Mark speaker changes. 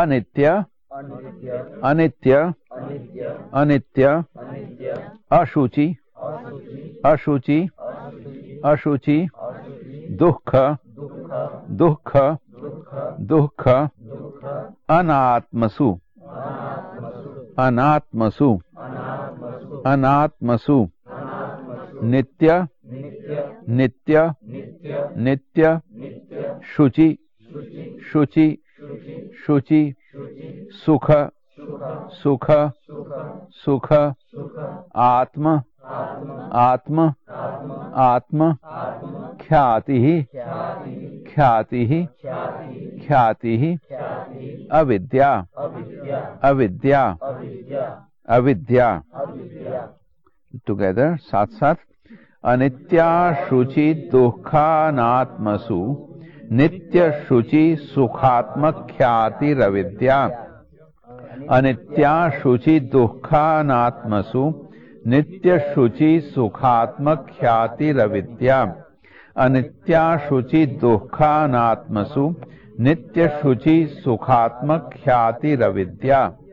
Speaker 1: अनित्य अनित्य अनित्य अशुचि अशुचि अशुचि दुख दुख दुख अनात्मसु अनात्मसु अनात्मसु नित्य नित्य नित्य शुचि शुचि शुचि सुख सुख सुख आत्म आत्म आत्म ख्याति ख्याति ख्याति अविद्या अविद्या अविद्या टुगेदर साथ साथ अनित्या शुचि दुखानात्मसु नित्य शुचि सुखात्मक ख्याति रविद्या अनित्या शुचि दुखानात्मसु नित्य शुचि सुखात्मक ख्याति रविद्या अनित्या शुचि दुखानात्मसु नित्य शुचि सुखात्मक ख्याति रविद्या